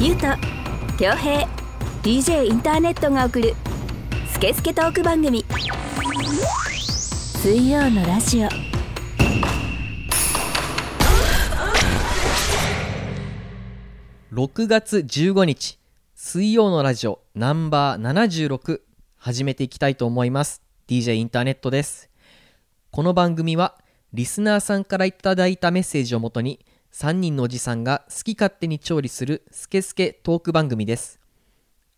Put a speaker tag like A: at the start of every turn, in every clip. A: ゆうと恭平 DJ インターネットが送る「スケスケトーク番組」水曜のラジオ
B: 6月15日水曜のラジオナンバー76始めていきたいと思います DJ インターネットですこの番組はリスナーさんからいただいたメッセージをもとに3人のおじさんが好き勝手に調理するスケスケトーク番組です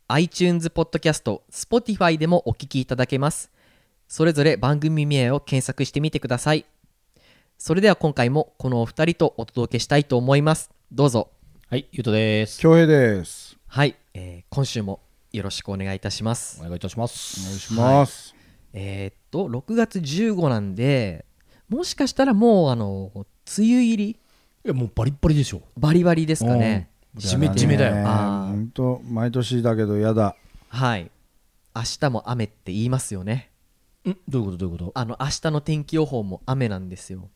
B: iTunes ポッドキャスト Spotify でもお聞きいただけますそれぞれ番組名を検索してみてくださいそれでは今回もこのお二人とお届けしたいと思いますどうぞ
C: はい、ゆうとです。
D: 恭平です。
B: はい、えー今週もよろしくお願いいたします
C: お願いいたしま
D: お願い
C: す。
D: します。
B: えーっと6月15なんでもしかしたらもうあの梅雨入り
C: いや、もうバリッバリでしょ。
B: バリバリですかね
C: じめじめだよ。
B: あー
D: 本当毎年だけどやだ。
B: はい明日も雨って言いますよね
C: んどういうことどういうこと
B: あの明日の天気予報も雨なんですよ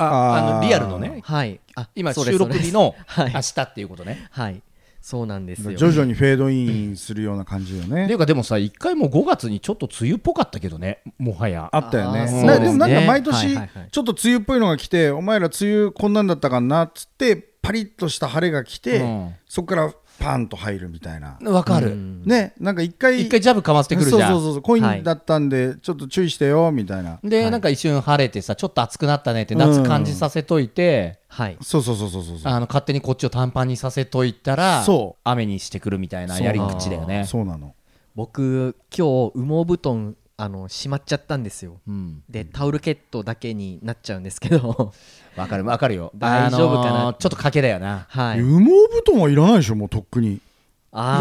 D: あー
C: ね
B: はいあ
C: 今、
B: そうです
C: 収録日 の
B: そう
C: 明
B: ですはい、
C: 日っていうことね。
B: はい、そうなんですよ
D: 徐々にフェードインするような感じよ
C: っ
D: ね
C: てい。うか、でもさ、一回もう5月にちょっと梅雨っぽかったけどね、もはや。
D: あったよ
B: あ
D: ね。
B: ー
D: ね
B: そうですね
D: でもなんか毎
B: はい
D: 年
B: はいはい
D: ちょっと梅雨っぽいのが来て、お前ら梅雨こんなんだったかなっつってパリッとした晴れが来て、
C: うん
D: そこからパンと入るみたいな。
C: わか
B: う
C: る。
B: ん
D: ね、なんか一回
C: 一回ジャブかませてくるじゃ。
D: そうそうんそうそうコインだったんでちょっと注意してよみたいな。
B: は
C: で、
B: い
C: なんか一瞬晴れてさ、ちょっと暑くなったねって夏感じさせといて、
B: はい
D: そうそうそうそうそうそう。
C: あの勝手にこっちを短パンにさせといたら
D: そ、
C: 雨にしてくるみたいなやり口だよね。
D: そうなの。
B: 僕今日羽毛布団あのしまっちゃったんですよ
C: うん
B: でタオルケットだけになっちゃうんですけど
C: わかるわかるよ。
B: 大丈夫かな
C: あのーちょっと賭けだよな。
B: はい
D: 羽毛布団はいらないでしょもうとっくに。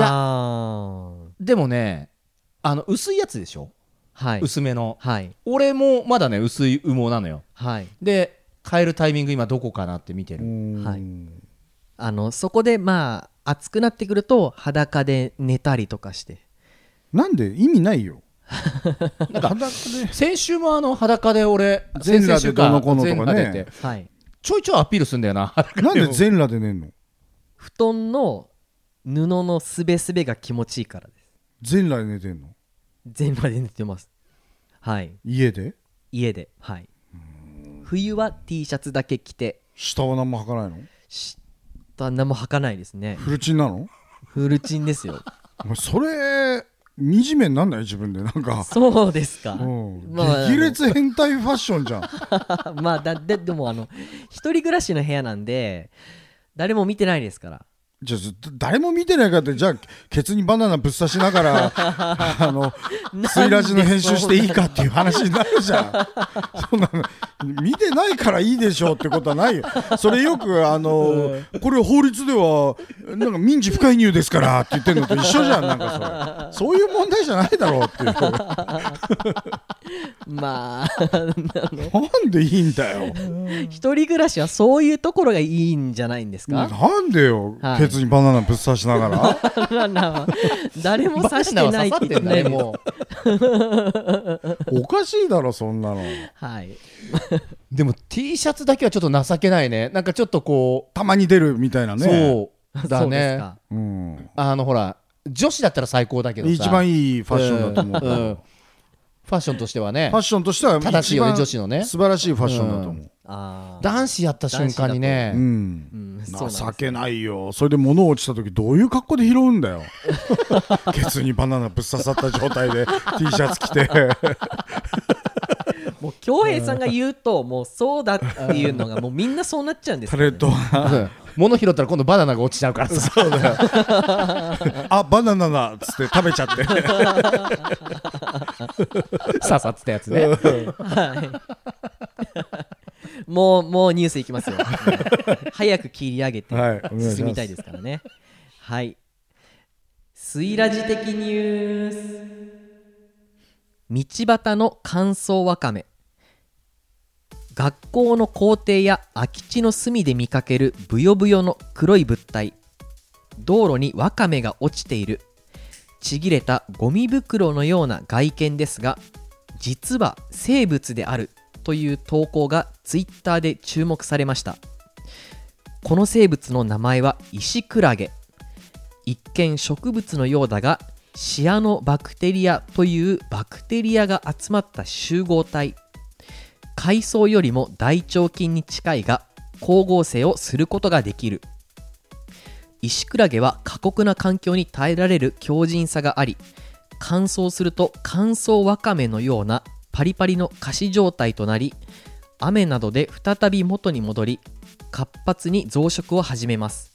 B: ああ
C: でもね、あの薄いやつでしょ、
B: はい
C: 薄めの。
B: はい
C: 俺もまだね、薄い羽毛なのよ。
B: はい
C: で、変えるタイミング、今、どこかなって見てる。
B: はい
D: うん
B: あのそこでまあ暑くなってくると裸で寝たりとかして
D: なんで意味ないよ。
C: なんか、先週もあの裸で俺、
D: 全
C: 先々
D: 裸で
C: 週
D: どう
C: か
D: のこうのとかね
C: 全裸でって、
B: はい
C: ちょいちょいアピールするんだよな、裸
D: なんで全裸で寝んの
B: 布団の布のすべすべが気持ちいいからです
D: 全裸で寝てんの
B: 全裸で寝てますはい
D: 家で
B: 家ではい冬は T シャツだけ着て
D: 下は何も履かないの
B: 下何も履かないですね
D: フルチンなの
B: フルチンです よ
D: お前それ惨めになんない自分でなんか、
B: そうですか
D: うん
B: まああの
D: 激烈変態ファッションじゃん
B: まあだででもあの一人暮らしの部屋なんで誰も見てないですから
D: じゃあ誰も見てないからってじゃあケツにバナナぶっ刺しな がらあのスイラジの編集していいかっていう話になるじ ゃんそんなの見てないからいいでしょうってことはないよそれよくあの、これ法律ではなんか民事不介入ですからって言ってるのと一緒じゃんなんかそれそういう問題じゃないだろうっていう
B: まあ
D: なんでいいんだよ
B: 一人暮らしはそういうところがいいんじゃないんです か、
D: なんでよ、
B: はい
D: ケツにバナナぶっ刺しなが
B: バ
D: ら
B: ナナは誰も刺してないって言ってない
C: バナナは刺さってんだねも
D: おかしいだろそんなの
B: はい
C: でも T シャツだけはちょっと情けないね、なんかちょっとこ
D: たまに出るみたいな
C: う、
D: ね
C: そうだ
B: そうです
C: ね、
B: か
D: うん、
C: あのほら、女子だったら最高だけどさ、
D: 一番
C: いい
D: いいファッションだと思う、
C: んんファッションとしてはね
D: ファッ、ションとしては
C: 正しい
D: 一
C: よね、
D: 番
C: 女子のね。
D: 素晴らしいファッションだと思う、
B: あー
C: 男子やった瞬間にね、
D: う
C: うん
D: ん
B: うんそうなん
D: 情
B: です
D: けないよそれで物落ちた時どういう格好で拾うんだよ ケツにバナナぶっ刺さった状態で T シャツ着て
B: もう恭平さんが言うともうそうだっていうのがもうみんなそうなっちゃうんです
D: タ
B: よね
D: レントは
C: 物拾ったら今度バナナが落ちちゃうからさ
D: あバナナだっつって食べちゃって
C: 刺さってたやつ ね
B: はい もうもうニュースいきますよ早く切り上げて
D: はいお願いします
B: 進みたいですからねはいスイラジ的ニュース道端の乾燥わかめ学校の校庭や空き地の隅で見かけるブヨブヨの黒い物体道路にわかめが落ちているちぎれたゴミ袋のような外見ですが実は生物であるという投稿がツイッターで注目されましたこの生物の名前はイシクラゲ一見植物のようだがシアノバクテリアというバクテリアが集まった集合体海藻よりも大腸菌に近いが光合成をすることができるイシクラゲは過酷な環境に耐えられる強靭さがあり乾燥すると乾燥わかめのようなパリパリの菓子状態となり雨などで再び元に戻り活発に増殖を始めます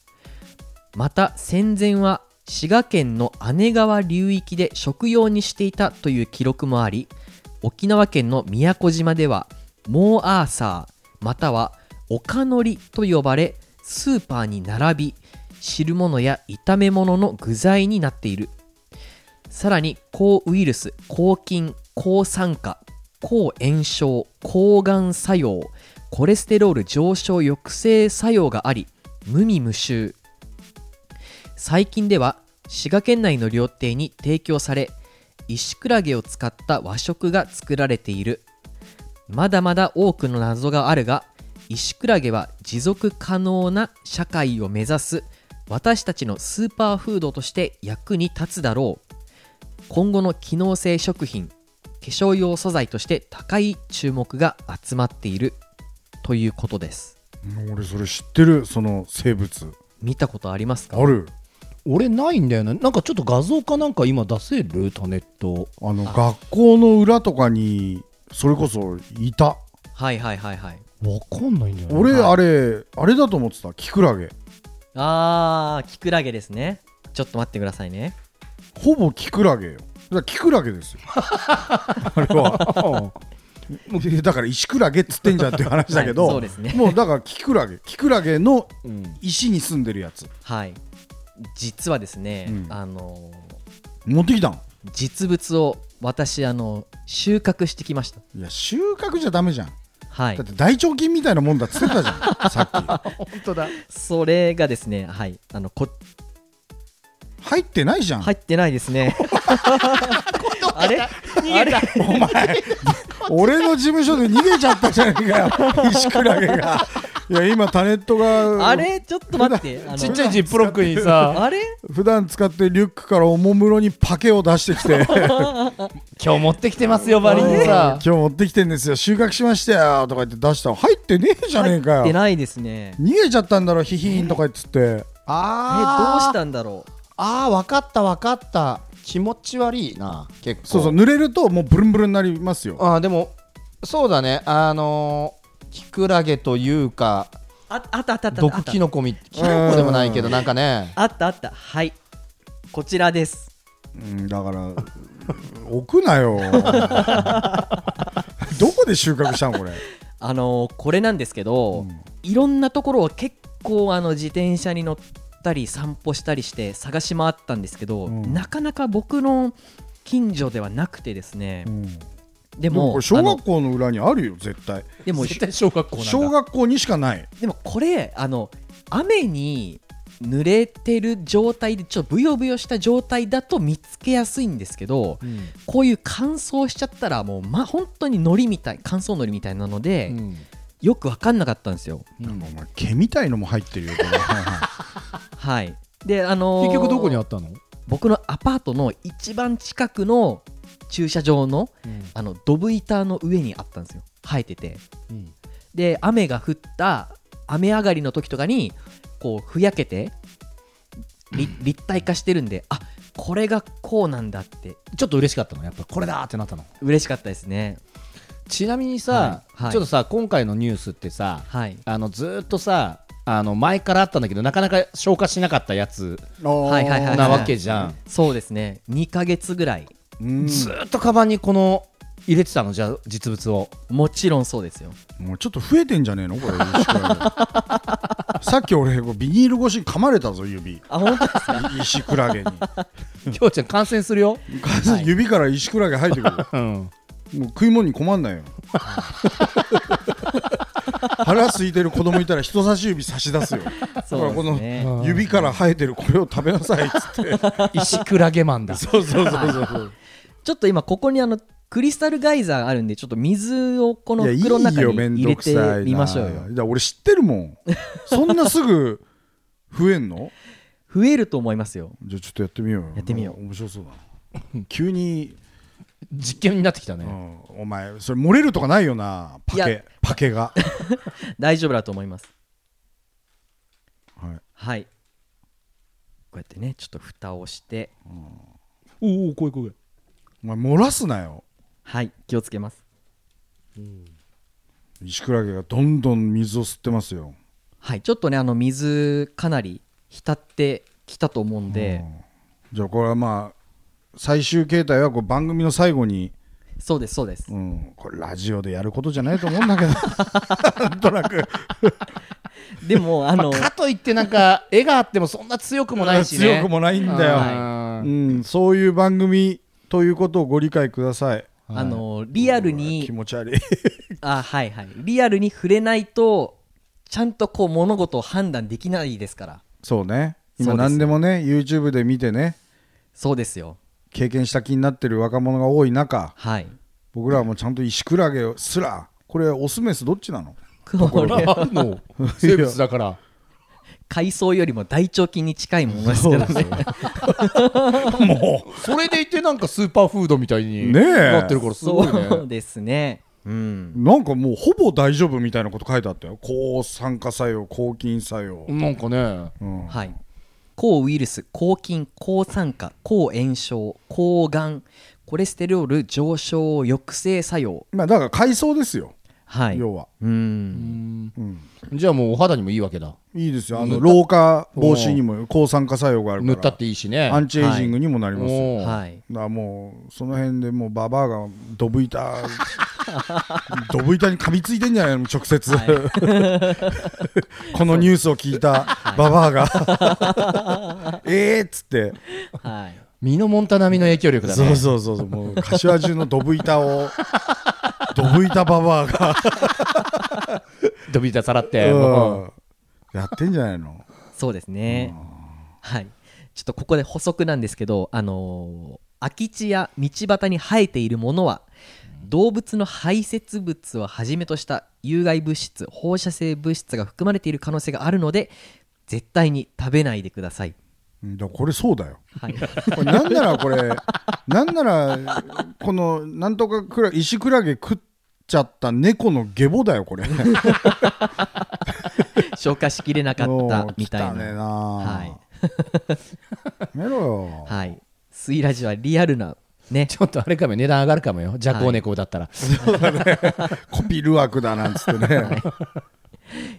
B: また戦前は滋賀県の姉川流域で食用にしていたという記録もあり沖縄県の宮古島ではモーアーサーまたはオカノリと呼ばれスーパーに並び汁物や炒め物の具材になっているさらに抗ウイルス抗菌抗酸化抗炎症抗がん作用コレステロール上昇抑制作用があり無味無臭最近では滋賀県内の料亭に提供され石クラゲを使った和食が作られているまだまだ多くの謎があるが石クラゲは持続可能な社会を目指す私たちのスーパーフードとして役に立つだろう今後の機能性食品化粧用素材として高い注目が集まっているということです
D: うん俺それ知ってるその生物
B: 見たことありますか
D: ある
C: 俺ないんだよねなんかちょっと画像かなんか今出せるタネット
D: あの学校の裏とかにそれこそいた
B: はいはいはいはい
C: わかんないんだよね
D: 俺
B: はい
D: あれあれだと思ってたキクラゲ
B: あーキクラゲですねちょっと待ってくださいね
D: ほぼキクラゲよだからキクラゲですよあれはいやだから石クラゲっつってんじゃんっていう話だけど、
B: はいそうです ね
D: もうだからキクラゲキクラゲの
C: うん
D: 石に住んでるやつ
B: はい実はですね、
D: うん
B: あの
D: 持ってきたん
B: 実物を私あの収穫してきました
D: いや収穫じゃダメじゃん
B: はい
D: だって大腸菌みたいなもんだっつってたじ ゃんさっ
C: 本当だ
B: それがですねはいあのこ
D: き入ってないじゃん、
B: 入ってないです ね あれ逃げた
D: お前俺の事務所で逃げちゃったじゃねえ かよ石クラゲがいや今タネットが
B: あれちょっと待ってあの
C: ちっちゃいジップロックにさ
B: あれ
D: 普段使ってるリュックからおもむろにパケを出してき て
C: 今日持ってきてますよバリに
D: 今
C: さ
D: 日持ってきてんですよ収穫しましたよとか言って出したら入ってねえじゃねえか
B: 入
D: よ
B: ってないですね
D: 逃げちゃったんだろヒヒーンとか言っつって
B: え
C: あ
B: どうし
C: ー
B: たんだろう
C: あー分かった分かった気持ち悪いな結構
D: そうそう濡れるともうブルンブルンになりますよ
C: あーでもそうだねあのーキクラゲというか
B: ああったあったあったあ
C: 毒
B: った
C: キノコみキノコでもないけどなんかね
B: あったあったはいこちらです
D: うんだから 置くなよ どこで収穫したのこれ
B: あのこれなんですけど、いろんなところを結構あの自転車に乗ったり散歩したりして探し回ったんですけど、
D: うん
B: なかなか僕の近所ではなくてですね、で
D: でも
B: も
D: これ小
B: あ
D: 学校の裏にあるよ絶対
B: のでも
C: 絶対小学校なんだ
D: 小学校にしかない
B: でもこれあの雨に濡れてる状態でちょっとブヨブヨした状態だと見つけやすいんですけど、
C: うん
B: こういう乾燥しちゃったらもう、ま、本当にのりみたい乾燥のりみたいなので、
C: うん
B: よく分かんなかったんですよ。
D: なんかお前毛みたいのも入ってるよ これ
B: はい、であのー
C: 結局どこにあったの
B: 僕のアパートの一番近くの駐車場のあのドブ板の上にあったんですよ生えてて
C: うん
B: で雨が降った雨上がりの時とかにこうふやけて り立体化してるんであこれがこうなんだって
C: ちょっと嬉しかったのやっぱこれだーってなったの
B: 嬉しかったですね
C: ちなみにさ、
B: はいはい
C: ちょっとさ今回のニュースってさ
B: はい
C: あのずーっとさあの前からあったんだけどなかなか消化しなかったやつ
B: はいはいはい
C: なわけじゃん、
B: そうですね2ヶ月ぐらい
D: うん
C: ずーっとカバンにこの入れてたのじゃあ実物を
B: もちろんそうですよ
D: もうちょっと増えてんじゃねえのこれ 石倉でさっき俺ビニール越しに噛まれたぞ 指
B: あ本当
D: 石クラゲに、
C: きょうちゃん感染するよ、
D: 指から石クラゲ入ってくる
C: うん、
D: もう食い物に困んないよ腹空いてる子供いたら人差し指差し出すよ
B: そうですね
D: だからこの指から生えてるこれを食べなさいっつって
C: 石クラゲマンだ
D: そうそうそうそう
B: ちょっと今ここにあのクリスタルガイザーがあるんでちょっと水をこの
D: いやいい
B: 袋の中
D: よ
B: に
D: 面
B: 入
D: 倒
B: れ
D: くさ
B: て
D: い
B: みましょうよ
D: ないや俺知ってるもんそんなすぐ増えんの
B: 増えると思いますよ
D: じゃあちょっとやってみようよ
B: やってみよう
D: 面白そうだな急に、
C: 実験になってきた
D: う
C: ね。
D: んお前それ漏れるとかないよなパ
B: いや
D: ケパケが
B: 大丈夫だと思います
D: はい
B: はいこうやってねちょっと蓋をして
C: おお、こいこい。
D: お前漏らすなよ
B: はい気をつけます
D: 石倉家がどんどん水を吸ってますよ
B: はいちょっとねあの水かなり浸ってきたと思うんで
D: じゃあこれはまあ最終形態はこう番組の最後に、
B: そうですそうです
D: うん、これラジオでやることじゃないと思うんだけどなんとなく
B: でもあ
C: まあ、
B: の
C: かといってなんか絵があってもそんな強くもないしね。
D: 強くもないんだよ、
C: は
D: う
C: い
D: ん、そういう番組ということをご理解ください
B: あのリアルに
D: 気持ち悪い
B: あはいはいリアルに触れないとちゃんとこう物事を判断できないですから
D: そうね
B: そ
D: 今
B: うです
D: 何でもね YouTube で見てね
B: そうですよ
D: 経験した気になってる若者が多い中
B: はい
D: 僕らはもうちゃんと石クラゲすらこれオスメスどっちなの
B: これ
C: あ るの生物だから。
B: 海藻よりも大腸菌に近いものですからね
D: もう
C: それでいてなんかスーパーフードみたいに
D: ねえ
C: なってるからすごいね。
B: そうですねうん
D: なんかもうほぼ大丈夫みたいなこと書いてあったよ抗酸化作用抗菌作用、
C: なんかね。
D: うん
B: はい抗ウイルス抗菌抗酸化抗炎症抗がんコレステロール上昇抑制作用
D: まあだから海藻ですよ、
B: はい
D: 要は
B: うん
C: じゃあもうお肌にもいいわけだ。
D: いいですよあ
C: 塗っ
D: の
C: た
D: 老化防止にも抗酸化作用があるか
C: 塗
D: ら
C: ったっていいしね。
D: アンチエイジングにもなりますよ、
C: おー
B: はい
D: だからもうその辺でもうババアがドブ板 ドブ板に噛みついてんじゃないの直接、 このニュースを聞いたババアがえーっつって
B: はい
C: ミノモンタ並みの影響力だ
D: そう
C: ね。
D: そうそうそうもう柏中のドブ板をドブ板ババアが、
C: ドビータさらって。うん
D: うんやってんじゃないの
B: そうですね。はい。ちょっとここで補足なんですけど、あのー空き地や道端に生えているものは動物の排泄物をはじめとした有害物質放射性物質が含まれている可能性があるので絶対に食べないでください、
D: うんだからこれそうだよ
B: はい、
D: これなんならこれなんならこのなんとかクラ石クラゲ食っちゃった猫のゲボだ よこれ
B: 消化しきれなか
D: お
B: った
D: ー
B: みたい
D: 汚ねえ
B: な
D: な
B: はい、
D: やめろよ、
B: はい、スイラジはリアルなね
C: ちょっとあれかもよ値段上がるかもよ。ジャコウネコだったら。
D: コピールワークだなんつって ね、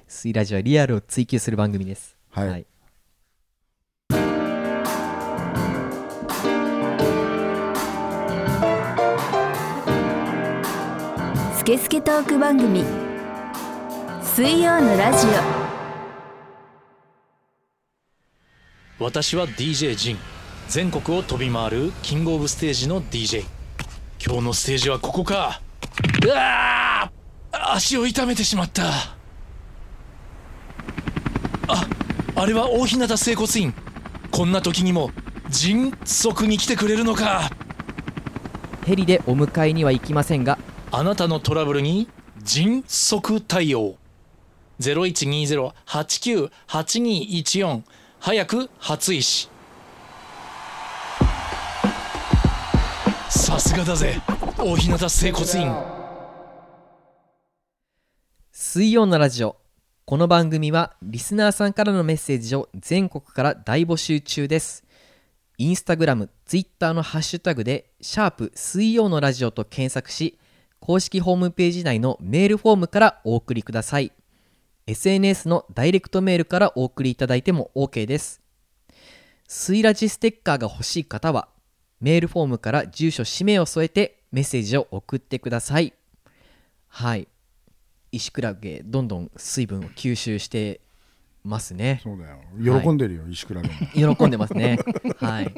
B: スイラジはリアルを追求する番組です
D: はい
A: スケスケトーク番組水曜のラジ
E: 私は DJ ジン全国を飛び回るキングオブステージの DJ 今日のステージはここかうわあ足を痛めてしまったああれは大日向整骨院こんな時にも迅速に来てくれるのか
B: ヘリでお迎えには行きませんが
E: あなたのトラブルに迅速対応0120-89-8214早く初石さすがだぜ大日向整骨院
B: 水曜のラジオこの番組はリスナーさんからのメッセージを全国から大募集中ですインスタグラムツイッターのハッシュタグで「シャープ水曜のラジオ」と検索し公式ホームページ内のメールフォームからお送りください SNS のダイレクトメールからお送りいただいても OK です水ラジステッカーが欲しい方はメールフォームから住所氏名を添えてメッセージを送ってくださいはい石クラゲどんどん水分を吸収してますね
D: そうだよ喜んでるよ、石クラゲも
B: 喜んでますねはい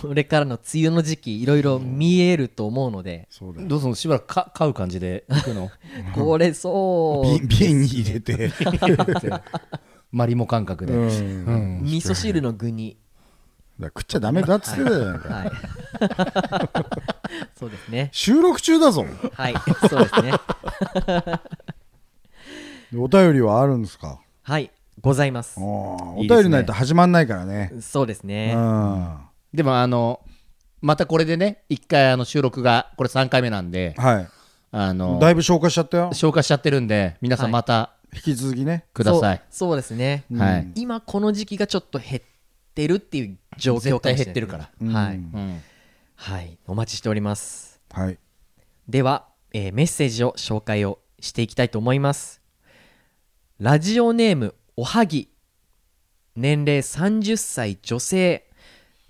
B: これからの梅雨の時期いろいろ見えると思うので
D: そうだよ
C: どうすんのしばらくか買う感じで行くの
B: これそう
D: 瓶瓶に入 れて、
C: マリモ感覚で。
D: うん
C: うん
B: 味噌汁の具に
D: だから食っちゃダメだっつってたじゃないか、
B: はいそうですね。
D: 収録中だぞ
B: はい、そうですね。
D: お便りはあるんですか
B: はい、ございます
D: お。お
B: いいですね
D: 便りないと始まんないからね
B: そうですね
D: う。ん
C: でもあのまたこれでね一回あの収録がこれ3回目なんで
D: はい
C: あの
D: だいぶ消化しちゃったよ
C: 消化しちゃってるんで皆さ
B: は
C: ん
B: い
C: また
D: 引き続きね
C: ください、
B: そうそうですね。
D: うん
C: はい
B: 今この時期がちょっと減ってるっていう状況かもしれない、
C: 絶対減ってるから
D: うん
B: はい、
C: うん
B: はい、お待ちしております。
D: はい
B: では、えーメッセージを紹介をしていきたいと思いますラジオネームおはぎ年齢30歳女性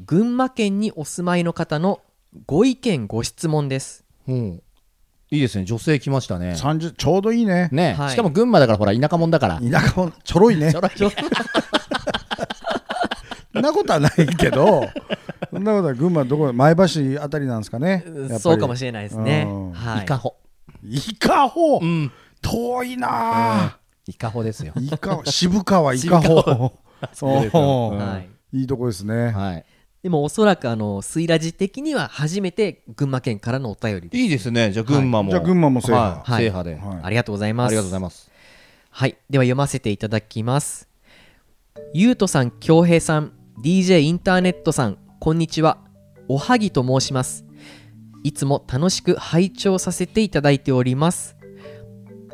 B: 群馬県にお住まいの方のご意見ご質問です
C: うんいいですね女性来ましたね
D: 30ちょうどいいね
C: ね、
B: はい
C: しかも群馬だからほら田舎者だから
D: 田舎もちょろいね
C: ちょろい
D: そんなことはないけど、そんなことは群馬どこ前橋あたりなんですかね。
B: そうかも
D: し
B: しれないですね
D: うん
B: はい
C: イカホ
D: れない。伊香保、
C: うん
D: 遠いなあ。
C: イカホですよ
D: 伊香保、渋川伊香保。お
C: うん
B: はい、
D: ーいいとこですね。
C: はい
B: でもおそらくあのスイラジ的には初めて群馬県からのお便りです
C: いいですねじゃあ群馬も、
D: はいじゃあ群馬も制覇
C: はい
B: はい
C: 制覇で、
D: はい
B: ありがとうござい
C: あ
B: ます
C: りがとうございます
B: はい、では読ませていただきます。ゆうとさん、きょうへいさん、DJ インターネットさん、こんにちは。おはぎと申します。いつも楽しく拝聴させていただいております。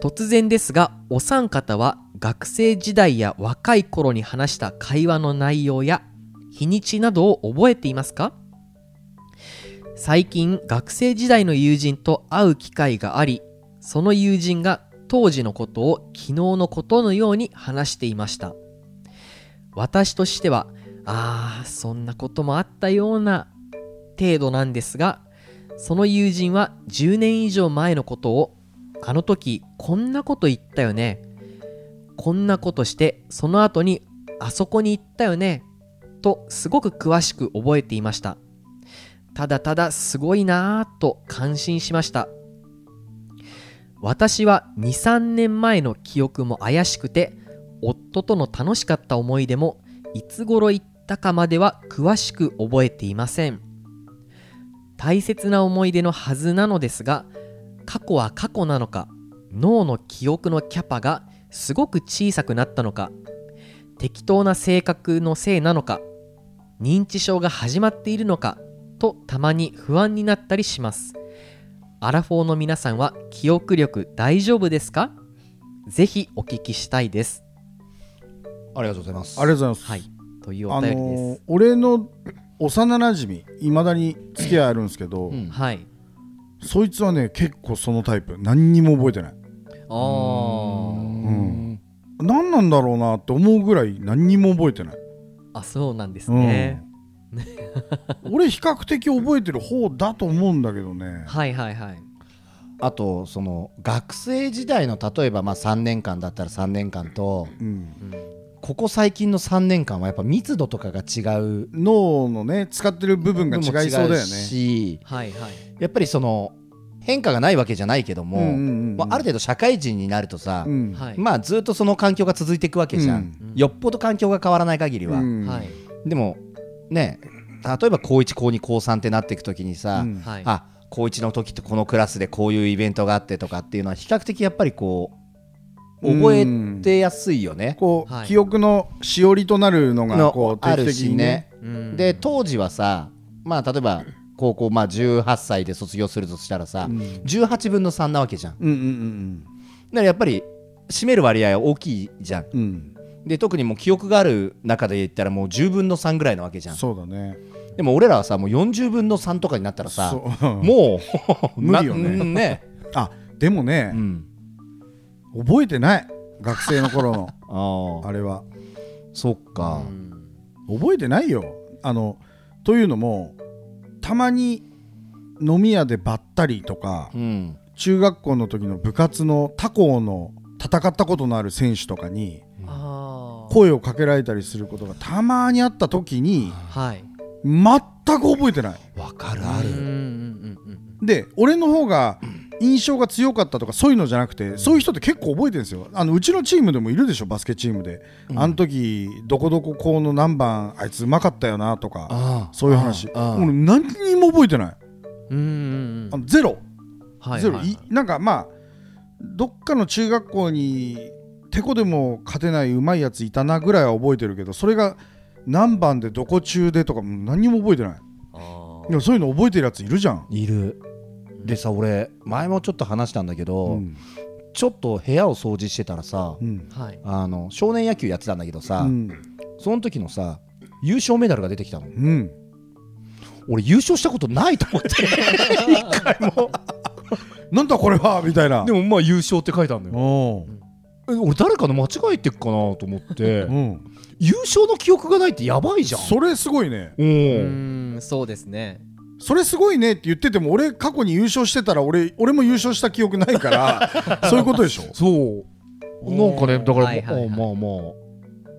B: 突然ですが、お三方は学生時代や若い頃に話した会話の内容や日にちなどを覚えていますか最近学生時代の友人と会う機会がありその友人が当時のことを昨日のことのように話していました私としてはああそんなこともあったような程度なんですがその友人は10年以上前のことをあの時こんなこと言ったよねこんなことしてその後にあそこに行ったよねとすごく詳しく覚えていましたただただすごいなぁと感心しました私は23年前の記憶も怪しくて夫との楽しかった思い出もいつ頃行ったかまでは詳しく覚えていません大切な思い出のはずなのですが過去は過去なのか脳の記憶のキャパがすごく小さくなったのか適当な性格のせいなのか認知症が始まっているのかとたまに不安になったりしますアラフォーの皆さんは記憶力大丈夫ですかぜひお聞きしたいです。
C: ありがとうございます
D: ありがとうございます。
B: はい、という
D: あ
B: お
D: の
B: 便りです。
D: ー俺の幼馴染いまだに付き合いあるんですけど、
C: うん
B: はい。
D: そいつはね結構そのタイプ何にも覚えてない
B: あ
D: ん何なんだろうなって思うぐらい何にも覚えてない
B: あ、あ、そうなんですね。
D: うん、俺比較的覚えてる方だと思うんだけどね
B: はいはいはい。
C: あとその学生時代の例えばまあ3年間だったら3年間と
D: うん
C: ここ最近の3年間はやっぱ密度とかが違う
D: 脳のね使ってる部分が違いそうだよね
C: し
B: はいはい。
C: やっぱりその変化がないわけじゃないけども、
D: うんうんうん
C: まあ、ある程度社会人になるとさ、
D: うん
B: はい。
C: まあずっとその環境が続いていくわけじゃん、
B: うん
C: よっぽど環境が変わらない限りは、
D: うん
B: はい。
C: でもね例えば高1高2高3ってなっていく時にさ、
D: うん
B: はい。
C: あ高1の時ってこのクラスでこういうイベントがあってとかっていうのは比較的やっぱりこう覚えてやすいよね。
D: こう、
B: はい
D: 記憶のしおりとなるのがこ
C: の
D: う
C: あ
D: 定
C: る
D: 期的
C: し
D: にね
C: ね。
B: うん
C: で、当時はさまあ例えば高校まあ18歳で卒業するとしたらさ、18分の3なわけじゃん。だか
D: うんうん
C: らやっぱり占める割合は大きいじゃん。
D: うんうん
C: で特にもう記憶がある中で言ったらもう10分の3ぐらいなわけじゃ
D: うん
C: ん。
D: そうだね
C: でも俺らはさもう40分の3とかになったらさ
D: そう
C: もう
D: 無理よね
C: なうんね
D: あでもね
C: う、ん
D: 覚えてない学生の頃の
C: ああ
D: あれは
C: そっか、
D: 覚えてないよあのというのもたまに飲み屋でばったりとか、
C: うん
D: 中学校の時の部活の他校の戦ったことのある選手とかに
B: ああ。
D: 声をかけられたりすることがたまにあった時に
B: はい。
D: 全く覚えてない
C: わかるあ
B: うんうん
C: る
B: うんうん。
D: で俺の方が印象が強かったとかそういうのじゃなくてそういう人って結構覚えてるんですよあのうちのチームでもいるでしょバスケチームで、あの時どこどここうの何番あいつうまかったよなとか
C: ああ
D: そういう話
C: ああ
D: 俺何にも覚えてない
B: うんうん
D: あのゼロ、
B: うんはい
D: ゼ
B: はい
D: ロ、
B: はい
D: いなんかまあどっかの中学校にてこでも勝てないうまいやついたなぐらいは覚えてるけどそれが何番でどこ中でとかもう何にも覚えてない
B: あ
D: でもそういうの覚えてるやついるじゃん、
C: いるでさ俺前もちょっと話したんだけど、
D: うん
C: ちょっと部屋を掃除してたらさ、
D: うん
B: ーはい
C: あの少年野球やってたんだけどさ、
D: うん
C: その時のさ優勝メダルが出てきたの
D: うん、
C: 俺優勝したことないと思って 一回も
D: なんだこれはみたいな
C: でもまあ優勝って書いてあるのよ
D: お
C: え俺誰かの間違えてっかなと思って
D: うん、
C: 優勝の記憶がないってやばいじゃん
D: それすごいね
C: う
B: うんーんそうですね
D: それすごいねって言ってても俺過去に優勝してたら俺俺も優勝した記憶ないからそういうことでしょ
C: そうなんかねだからもう、
B: はいはいはい
C: あまあま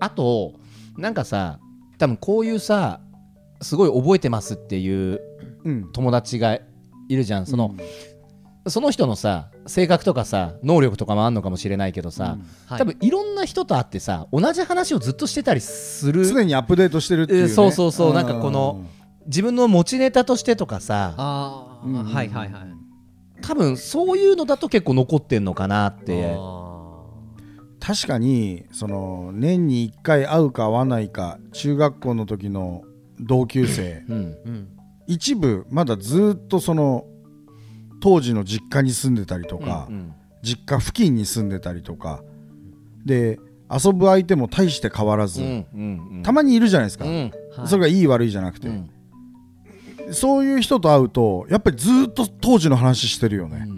C: ああとなんかさ多分こういうさすごい覚えてますっていう
D: うん
C: 友達がいるじゃんその、その人のさ性格とかさ能力とかもあんのかもしれないけどさ、
B: はい
C: 多分いろんな人と会ってさ同じ話をずっとしてたりする
D: 常にアップデートしてるっていう、ね、
C: えーそうそうそうなんかこの自分の持ちネタとしてとかさ
B: ああ、
D: うんうん
B: はいはいはい
C: 多分そういうのだと結構残ってんのかなって
B: あ
D: 確かにその年に1回会うか会わないか中学校の時の同級生
C: うん
B: ーうん
D: 一部まだずっとその当時の実家に住んでたりとか、
C: うん
D: 実家付近に住んでたりとかで遊ぶ相手も大して変わら
C: う
D: ず、
C: んうんうん
D: たまにいるじゃないですか、
C: うん
B: はい
D: それがいい悪いじゃなくて、
C: うん
D: そういう人と会うとやっぱりずっと当時の話してるよね、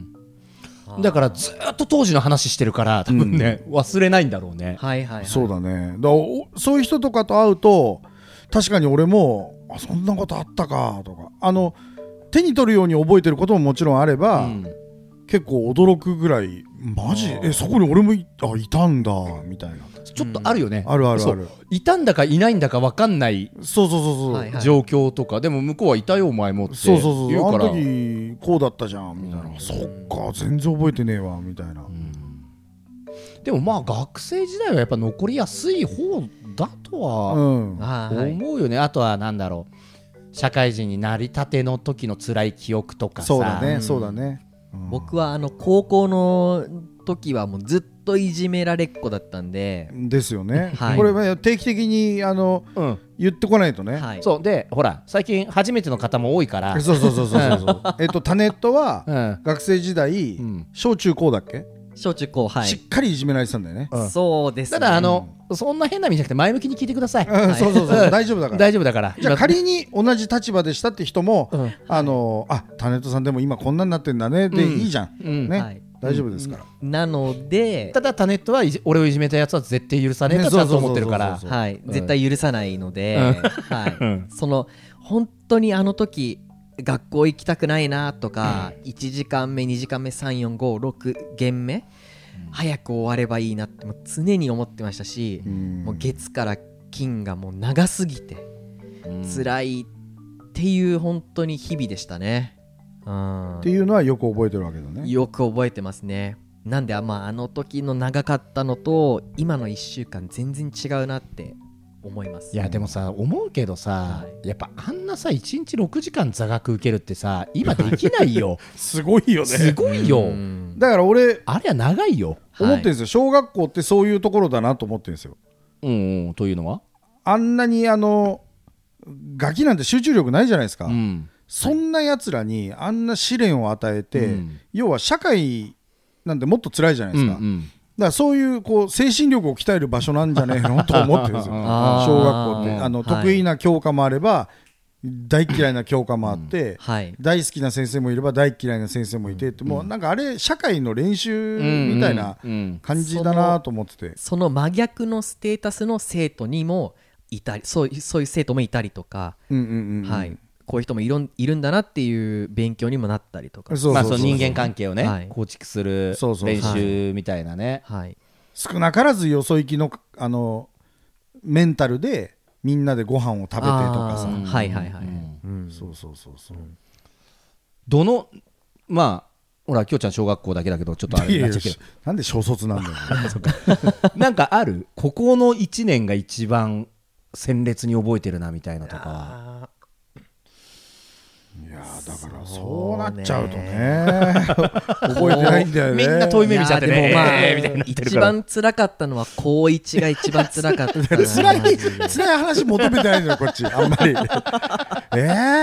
C: うんだからずーっと当時の話してるから多分ね忘れないんだろうね
B: はいはいはい
D: そうだねだからおそういう人とかと会うと確かに俺もあそんなことあったかとかあの手に取るように覚えてることももちろんあれ
C: う
D: ば、
C: ん
D: 結構驚くぐらいマジえそこに俺もいあいたんだみたいな
C: ちょっとあるよね
D: あるあるあ
C: そ
D: る
C: ういたんだかいないんだか分かんない
D: そうそうそうそう、
B: はいはい
C: 状況とかでも向こうはいたよお前もって
D: そうそうそう
C: 言う
D: あ
C: から
D: の時こうだったじゃんみたいな、そっか全然覚えてねえわみたいな、
C: でもまあ学生時代はやっぱ残りやすい方だとは
D: うん
B: あーはい
C: 思うよね、あとはなんだろう社会人になりたての時の辛い記憶とかさ
D: そうだね、
B: うん
D: そうだね、うん
B: 僕はあの高校の時はもうずっといじめられっ子だったんで、
D: ですよね、
B: はい
D: これは定期的にあの
C: うん
D: 言ってこないとね、
B: はい、
C: そうでほら最近初めての方も多いから
D: そうそうそうそうそうそうえっとタネットは
C: うん
D: 学生時代、
C: うん
D: 小中高だっけ、
B: 小中高は
D: しっ
B: い、
D: かりいじめられてたんだよね、
C: うん
B: そうですね
C: ただあの、そんな変な意味じゃなくて前向きに聞いてください、
D: うんそうそうそううん大丈夫だから
C: 大丈夫だから
D: じゃあ
C: 今
D: 仮に同じ立場でしたって人も、
C: うん
D: あのあタネットさんでも今こんなになってんだねで、
C: うん
D: いいじゃん、
C: うん
D: ね、
B: はい
D: 大丈夫ですから、
B: なので
C: ただタネットはいじ俺をいじめたやつは絶対許さねえと
D: ね
C: ちゃんと思ってるか
D: そう
C: ら
D: そうそう
B: はい、
C: ん
B: 絶対許さないので、
C: うん
B: はい
C: うん
B: その本当にあの時学校行きたくないなとか、1時間目2時間目3456限目、早く終わればいいなってもう常に思ってましたし、
D: うん
B: もう月から金がもう長すぎて辛いっていう本当に日々でしたね、うん
D: っていうのはよく覚えてるわけだね
B: よく覚えてますねなんであ,、まあ、あの時の長かったのと今の1週間全然違うなって思います
C: いやでもさ思うけどさ、
B: は
C: やっぱあんなさ1日6時間座学受けるってさ今できない よ
D: すごいよ
C: すごいよ
B: うん
D: だから俺
C: あれは長いよ
B: はい
D: 思ってるんですよ、小学校ってそういうところだなと思ってるんですよ
C: うん、というのは
D: あんなにあのガキなんて集中力ないじゃないですか、
C: うん
D: そんなやつらにあんな試練を与えて、
C: うん
D: 要は社会なんてもっと辛いじゃないですか、だからそういうこう精神力を鍛える場所なんじゃねえのと思ってるんですよ
B: あー
D: 小学校ってあの、
B: はい
D: 得意な教科もあれば大嫌いな教科もあって、
B: はい
D: 大好きな先生もいれば大嫌いな先生もいてって、もうなんかあれ社会の練習みたいな
C: うんうん
D: 感じだなと思ってて、
B: その真逆のステータスの生徒にもいたりそういそういう生徒もいたりとか、
D: うんうんうんうん
B: はい、こういう人もいろんいるんだなっていう勉強にもなったりとか、
D: そう
C: ま
D: そう
C: あ
D: そう
C: その人間関係をね、
B: はい
C: 構築する
D: そうそう
C: 練習みたいなね
B: はい、
D: 少なからずよそ行きのあのメンタルでみんなでご飯を食べてとか
B: あ
D: さ
B: ーはいはいはい、うん
D: そうそうそうそう
C: どのまあほらきょうちゃん小学校だけだけどちょっとあれ
D: い
C: にな
D: や
C: いっ
D: や
C: ちゃうけ
D: なんで小卒なんだ よ
C: どなんかあるここの1年が一番鮮烈に覚えてるなみたいなとか
B: あー
D: いやーだからそうなっちゃうとね覚えてないんだよね
C: みんな遠い目見ちゃって
B: いやで
C: ね
B: もまあ、
C: えーみたいになってる
B: 一
C: から
B: 番辛かったのは高一が一番辛かったな
D: 辛い辛い話求めてないのよこっちあんまり え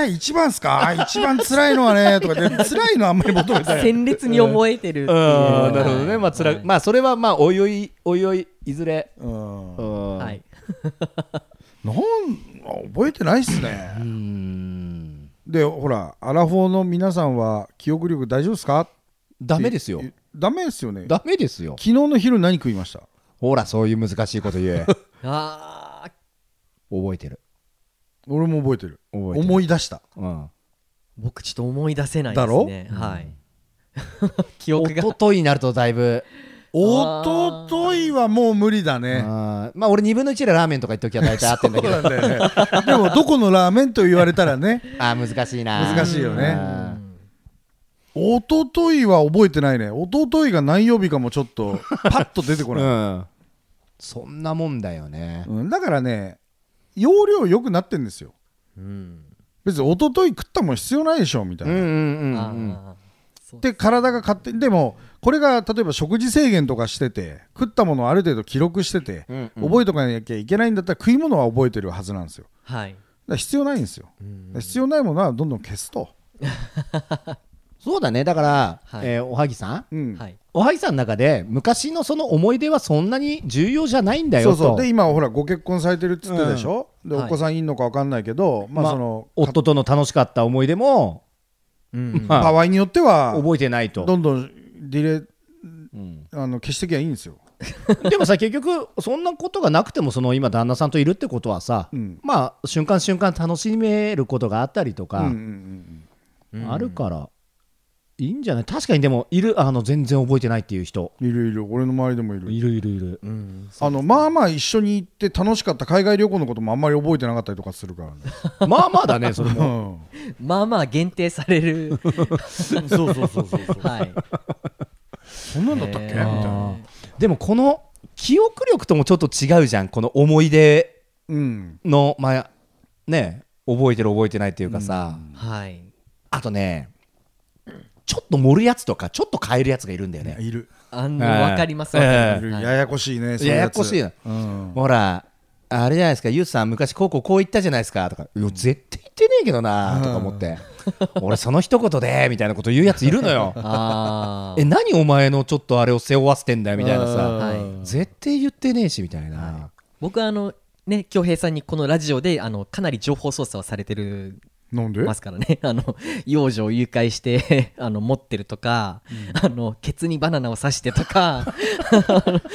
D: ー、一番っすか一番辛いのはねとかで辛いのあんまり求めてない
B: 鮮烈に思えてるっていう
C: あーなるほどね、まあつら
B: はい
C: まあ、それはまあおいおいおいおいいずれ、
D: うん
C: うん
B: はい
D: なん覚えてないっすね
C: うん
D: でほらアラフォーの皆さんは記憶力大丈夫ですか
C: ダメですよ
D: ダメですよね昨
C: ダメですよ
D: 日の昼何食いました
C: ほらそういう難しいこと言え
B: あー
C: 覚えてる
D: 俺も覚えてる
C: 覚えてる
D: 思い出した
C: うん
B: 僕ちょっと思い出せないです
D: だろ
B: ねはい 記憶が
C: 一昨日になるとだ いぶ
D: おとといはもう無理だね
C: あーまあ俺2分の1でラーメンとか言っときは大体合ってんだけ
D: そう
C: ど
D: なんだよねでもどこのラーメンと言われたらね
C: あー難しいな
D: 難しいよね
C: あ
D: 一昨日は覚えてないね一昨日が何曜日かもちょっとパッと出てこ
C: ー
D: ない、
C: うんそんなもんだよね
D: うんだからね容量良くなってんですよ
B: うん
D: 別に一昨日食ったもん必要ないでしょみたい
C: うん
D: な、
C: うんうんうん
B: あー
D: で体が勝手にでもこれが例えば食事制限とかしてて食ったものをある程度記録してて、
C: うんうん
D: 覚えとかなきゃいけないんだったら食い物は覚えてるはずなんですよだか
B: はい
D: ら必要ないんですよ、だから必要ないものはどんどん消すと、
C: そうだねだから、
B: はい
C: えーおはぎさん
D: うん
B: はい
C: おはぎさんの中で昔のその思い出はそんなに重要じゃないんだよ
D: そう
C: と
D: そうで今ほらご結婚されてるっつってでしょ、で
B: はい
D: お子さんいんのか分かんないけど、ま
C: ま
D: あ
C: あ
D: その、
C: 夫との楽しかった思い出も
B: うん
C: まあ
D: 場合によっては
C: 覚えてないと
D: どんどんディレイ
C: うん
D: あの消してきゃいいんですよ
C: でもさ結局そんなことがなくてもその今旦那さんといるってことはさ、
D: うん
C: まあ瞬間瞬間楽しめることがあったりと
D: うんう
C: か
D: んうん
C: あるからいいんじゃない確かにでもいるあの全然覚えてないっていう人
D: うんいるいる俺の周りでもいる
C: いるいるいる
B: うん
D: あのまあまあ一緒に行って楽しかった海外旅行のこともあんまり覚えてなかったりとかするからね、
C: まあまあだねそれも
B: まあまあ限定され る
D: うん、そうそうそうそう
B: はい
D: そんなんだったっけ、
B: えー
D: みたいな
C: あーでもこの記憶力ともちょっと違うじゃんこの思い出
D: うん
C: のまあね覚えてる覚えてないっていうかさ、
B: はい
C: あとねちょっと盛るやつとかちょっと変えるやつがいるんだよね
D: いる、
B: あ
C: え
B: の
C: ー
B: わかりますわか
C: え
B: り
D: いる
B: ます
D: や
B: はい。
D: やこしいねそうう
C: やや
D: つ
C: こしいな
D: うん、
C: ほら、あれじゃないですか、ゆうさん、昔、こうこうこう言ったじゃないですかとか、いや絶対言ってねえけどなとか思って、俺、その一言でみたいなこと言うやついるのよ
B: あ
C: え、何お前のちょっとあれを背負わせてんだよみたいな
B: あ
C: さ、
B: はい
C: 絶対言ってねえしみたいな。
B: 僕はあのね恭平さんにこのラジオであのかなり情報操作をされてる
D: なんで
B: ますからね あの幼女を誘拐して あの持ってるとか、あのケツにバナナを刺してとか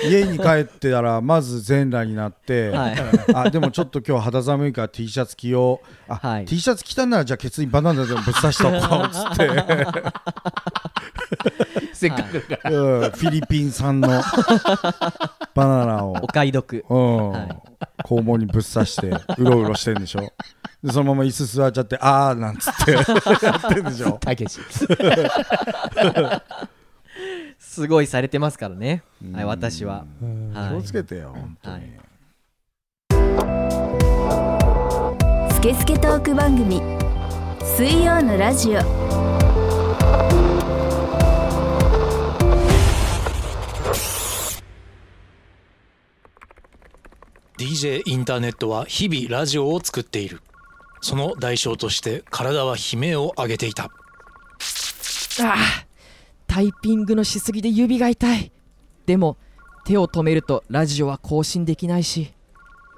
D: 家に帰ってたらまず全裸になって、
B: はい
D: あでもちょっと今日肌寒いから T シャツ着ようあ、
B: はい
D: T シャツ着たんならじゃあケツにバナナでもぶっ刺 しとこうつって、
C: せっかくだから
D: うんフィリピン産のバナナを、
B: お買い得
D: うん
B: はい
D: 肛門にぶっ刺してうろうろしてんでしょでそのまま椅子座っちゃってあーなんつっ てやってんでしょ
C: たけし。
B: すごいされてますからね、はい、私は、
D: 気
B: は
D: を
B: い
D: つけてよ本当に、
B: はい
A: スケスケトーク番組水曜のラジオ
E: 「DJ インターネット」は日々ラジオを作っているその代償として体は悲鳴を上げていた
F: ああタイピングのしすぎで指が痛いでも手を止めるとラジオは更新できないし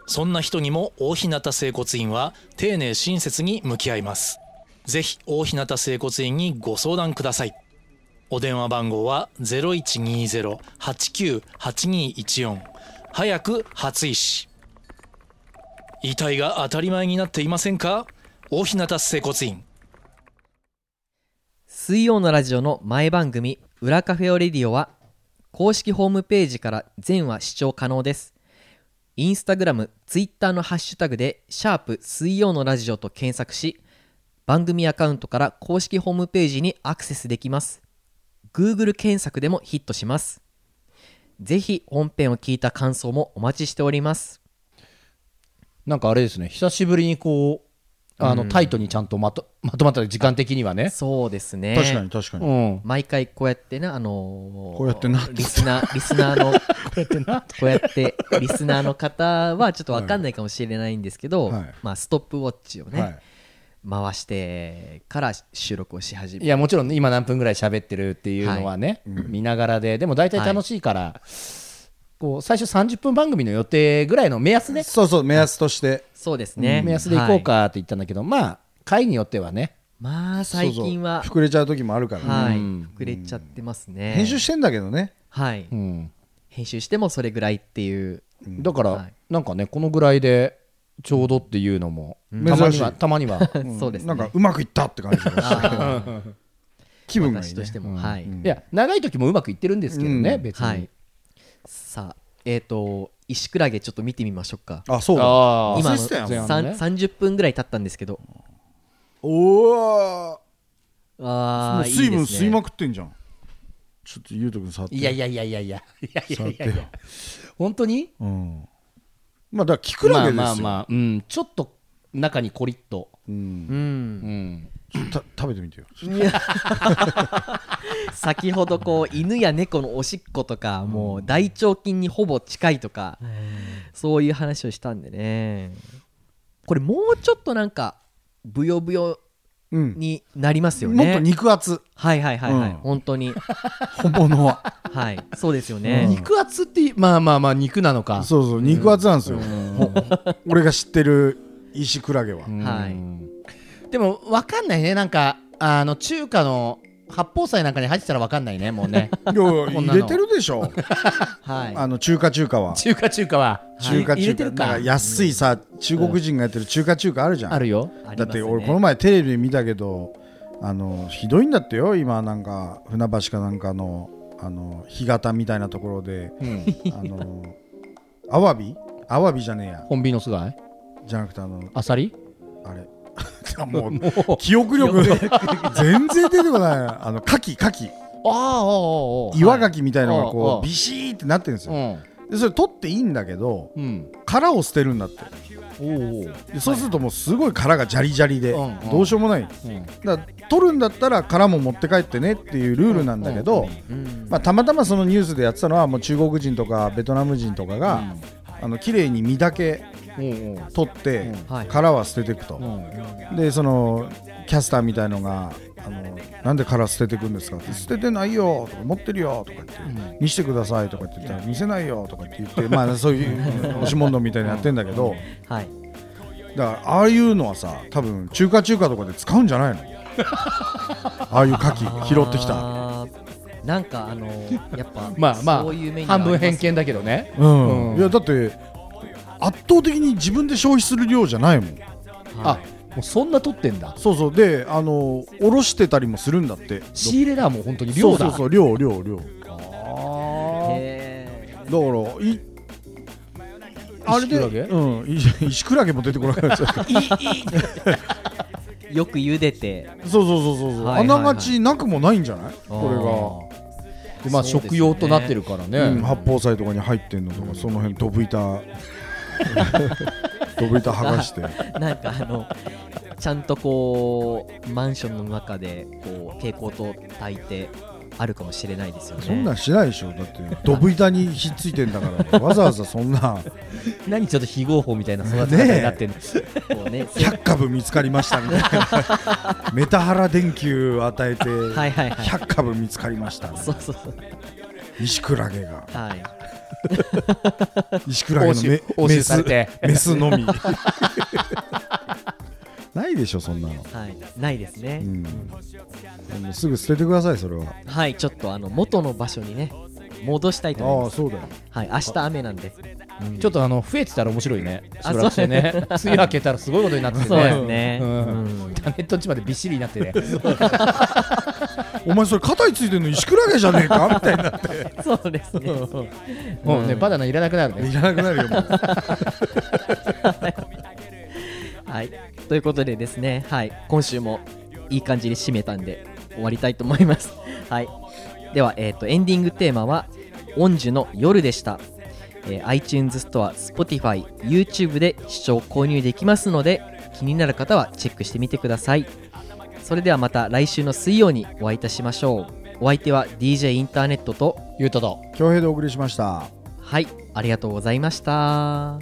E: そんな人にも大日向整骨院は丁寧親切に向き合いますぜひ大日向整骨院にご相談くださいお電話番号は0120-89-8214早く初医師遺体が当たり前になっていませんか大日向整骨院
B: 水曜のラジオの前番組「裏カフェオレディオ」は公式ホームページから全話視聴可能ですインスタグラムツイッターのハッシュタグで「シャープ水曜のラジオ」と検索し番組アカウントから公式ホームページにアクセスできます Google 検索でもヒットしますぜひ本編を聞いた感想もお待ちしております
C: なんかあれですね、久しぶりにこう、あのタイトにちゃんとまと まとまった時間的にはね、
B: そうですね
D: 確かに確か
C: う
D: に。
C: ん、
B: 毎回こうやってねあの
D: こうやってなって
B: リスナーリスナーの こうやってリスナーの方はちょっとわかんないかもしれないんですけど、
D: はい
B: まあストップウォッチをね、
D: はい
B: 回してから収録をし始
C: い
B: め
C: やもちろん今何分ぐらい喋ってるっていうのはね、見ながらででも大体楽しいから、こう最初30分番組の予定ぐらいの目安ね、
D: そうそう、目安として。
B: そうですね、
C: 目安でいこう
B: はい
C: かって言ったんだけど、まあ回によってはね
B: まあ最近は
D: そうそう膨れちゃう時もあるからね。
B: はい、
C: うん
B: 膨れちゃってますね
D: 編集してんだけどね。
B: はい、
C: うん、
B: 編集してもそれぐらいっていう
C: だから、
B: はい
C: なんかねこのぐらいでちょうどっていうのも、
D: ん
C: たま
D: 珍
C: に
D: し
C: はいたまには
D: ん
B: そうですね
D: なんかうまくいったって感じ がして
B: あー
D: 気分がいい、
B: 私と
D: ね
B: し。ても、はい、
C: いや長い時もうまくいってるんですけどね、
D: うん
C: 別に、
B: はいさあえっ、と石クラゲちょっと見てみましょうか
D: あ、そうだ。
C: あー
B: 今
D: 今
B: あ
D: の
B: の
D: たよ。
C: 前
B: さん
C: 半ね
B: 30分ぐらい経ったんですけど
D: おお。も
B: あ
D: う
B: ー
D: 水
B: いい
D: 分
B: です
D: 吸い
B: ね
D: まくってんじゃん。ちょっとゆうとくん触って。
C: いやいやいやいやいやいやいや
D: 触っ
C: い
D: て
C: や
D: よ
C: いや本当に
D: うん。まあだからキクラゲですよ。
C: まあまあまあ、うん、ちょっと中にコリッと、
D: うん。
B: うん
C: うん、
D: た食べてみてよ。
B: 先ほど こう犬や猫のおしっことかもう大腸菌にほぼ近いとかそういう話をしたんでねこれもうちょっとなんかブヨブヨ
D: うん。
B: になりますよ
D: もっ
B: ね
D: と肉厚。
B: はいはいはいはい
D: うん
B: 本当に
D: 本物は。
B: はいそうですよね
C: 肉厚ってまあまあまあ肉なのか
D: そうそう、肉厚なんですよ。ほ俺が知ってる石クラゲは。
C: うん
B: はい
C: でも分かんないねなんかあの中華の八宝菜なんかに入ってたら分かんないねもう ね
D: いやいや
C: こんな
D: 入
C: の
D: れてるでしょ。
B: はい
D: あの中華中華は。
C: 中華中華は
D: 中華
C: 入れ
D: 中
C: て
D: 華
C: る
D: なん
C: か
D: か安いさ中国人がやってる中華中華あるじゃん。
C: あるよ
B: ありますね
D: だって俺この前テレビで見たけどあのひどいんだってよ今なんか船橋かなんかのあの干潟みたいなところであのアワビアワビじゃねえや
C: コンビの素貝
D: じゃなくてあの
C: あさり
D: あれ あもう記憶力 全然出てこないなあの牡蠣牡蠣
C: ああああああ
D: 岩牡蠣みたいのが
C: ああああ
D: こうビシーってなってるんですよ
C: あ
D: でそれ取っていいんだけど
C: うんうん
D: 殻を捨てるんだって
C: おうおう
D: でそうするともうすごい殻がジャリジャリで
C: うんうん
D: どうしようもない
C: うん
D: だから取るんだったら殻も持って帰ってねっていうルールなんだけど、
B: うん
D: まあ、たまたまそのニュースでやってたのはもう中国人とかベトナム人とかが、あの綺麗に身だけ
C: おうおう
D: 取って
C: うん
B: はい
D: 殻は捨てていく
C: う
D: と、
C: ん
D: でそのキャスターみたいのがあの「なんで殻捨ててくんですか?」って「捨ててないよ」とか「持ってるよ」とか言って「見せてください」とかって言ったら「見せないよ」とかって言って、まあ、そ ういう押し問答みたいにやってんだけど
B: はい
D: だからああいうのはさ多分中華中華とかで使うんじゃない のああいう牡蠣拾ってきた。
B: あーなんかあのやっ ぱ
C: まあまあ
B: そういうメニューがあ
C: 半分
B: りま
C: 偏
B: す
C: 見だけどね
D: うん
C: うん
D: いやだって圧倒的に自分で消費する量じゃないもん
C: あもうそんな取ってんだ
D: そうそうであのおろしてたりもするんだって
C: 仕入れだもう本当に量だ
D: そうそうそう量量量だか
B: へ
D: らいあれで
C: 石クラゲ
D: うんい石クラゲも出てこなくなっちゃった そう
B: ーよく茹でて
D: そうそうそうそう
B: はいはいは
D: あ
B: い
D: ながちなくもないんじゃないこ
C: でまあ
B: そうですね
C: 食用となってるからね
D: れが、うん、八宝菜とかに入ってんのとかその辺ドブ板 ドブ板剥がして
B: なんかあのちゃんとこうマンションの中でこう蛍光灯焚いてあるかもしれないですよね。
D: そんなんしないでしょだってドブ板にひっついてんだからわざわざそんな
C: 何ちょっと非合法みたいな育て方になってんの、
B: こうね。
D: 100株見つかりましたみたいなメタハラ電球与えて
B: はいはいはい。
D: 100株見つかりました
B: そうそうそう。
D: 石クラゲが
B: はい。
D: 石クラゲの
C: 押収
D: メ
C: 押
D: メ
C: 収さ
D: ス
C: れて
D: メスのみないでしょそんなの、
B: はい。ないですね
D: う。ん、もうすぐ捨ててくださいそれは
B: はい。ちょっとあの元の場所にね戻したいと思い
D: ああ
B: ます。
D: そうだよ
B: はい。明日雨なんで。
C: ちょっとあの増えてたら面白いね
B: あ
C: しばらくしてね
B: そう
C: 梅雨明けたらすごいことになってて
B: そ
C: ね
B: うですね。
C: う
B: うんん。
C: タネットんちまでびっしりになってね
D: お前それ肩についてるの石クラゲじゃねえかみたいになって
B: そうですね。
C: もうねバナナいらなくなる
D: い
C: ね
D: らなくなるよもう
B: はい。ということでですね、はい。今週もいい感じで締めたんで、終わりたいと思います。 はい。では、えっ、と、エンディングテーマは、オンジュの夜でした。えー iTunes ストア、Spotify、YouTube で視聴購入できますので、気になる方はチェックしてみてくださいそれではまた来週の水曜にお会いいたしましょうお相手は DJ インターネットと
C: ゆうとと
D: 恭平でお送りしました
B: はいありがとうございました